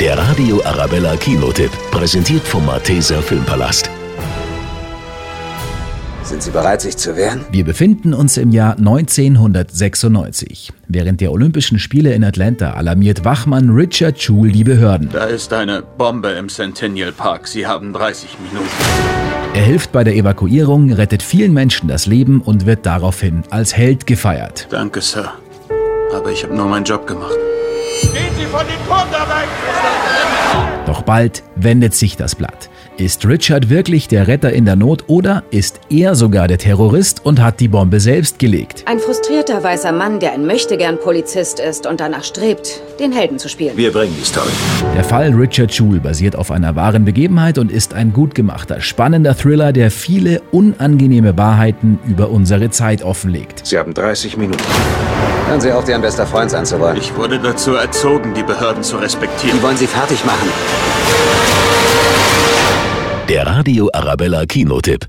Der Radio Arabella Kinotipp, präsentiert vom Malteser Filmpalast. Sind Sie bereit, sich zu wehren? Wir befinden uns im Jahr 1996. Während der Olympischen Spiele in Atlanta alarmiert Wachmann Richard Schul die Behörden. Da ist eine Bombe im Centennial Park. Sie haben 30 Minuten. Er hilft bei der Evakuierung, rettet vielen Menschen das Leben und wird daraufhin als Held gefeiert. Danke, Sir. Aber ich habe nur meinen Job gemacht. Gehen Sie von dem Turm da weg! Doch bald wendet sich das Blatt. Ist Richard wirklich der Retter in der Not oder ist er sogar der Terrorist und hat die Bombe selbst gelegt? Ein frustrierter weißer Mann, der ein Möchtegern-Polizist ist und danach strebt, den Helden zu spielen. Wir bringen die Story. Der Fall Richard Schul basiert auf einer wahren Begebenheit und ist ein gut gemachter, spannender Thriller, der viele unangenehme Wahrheiten über unsere Zeit offenlegt. Sie haben 30 Minuten. Hören Sie auf, dir ein bester Freund sein zu wollen. Ich wurde dazu erzogen, die Behörden zu respektieren. Die wollen Sie fertig machen. Der Radio Arabella Kinotipp,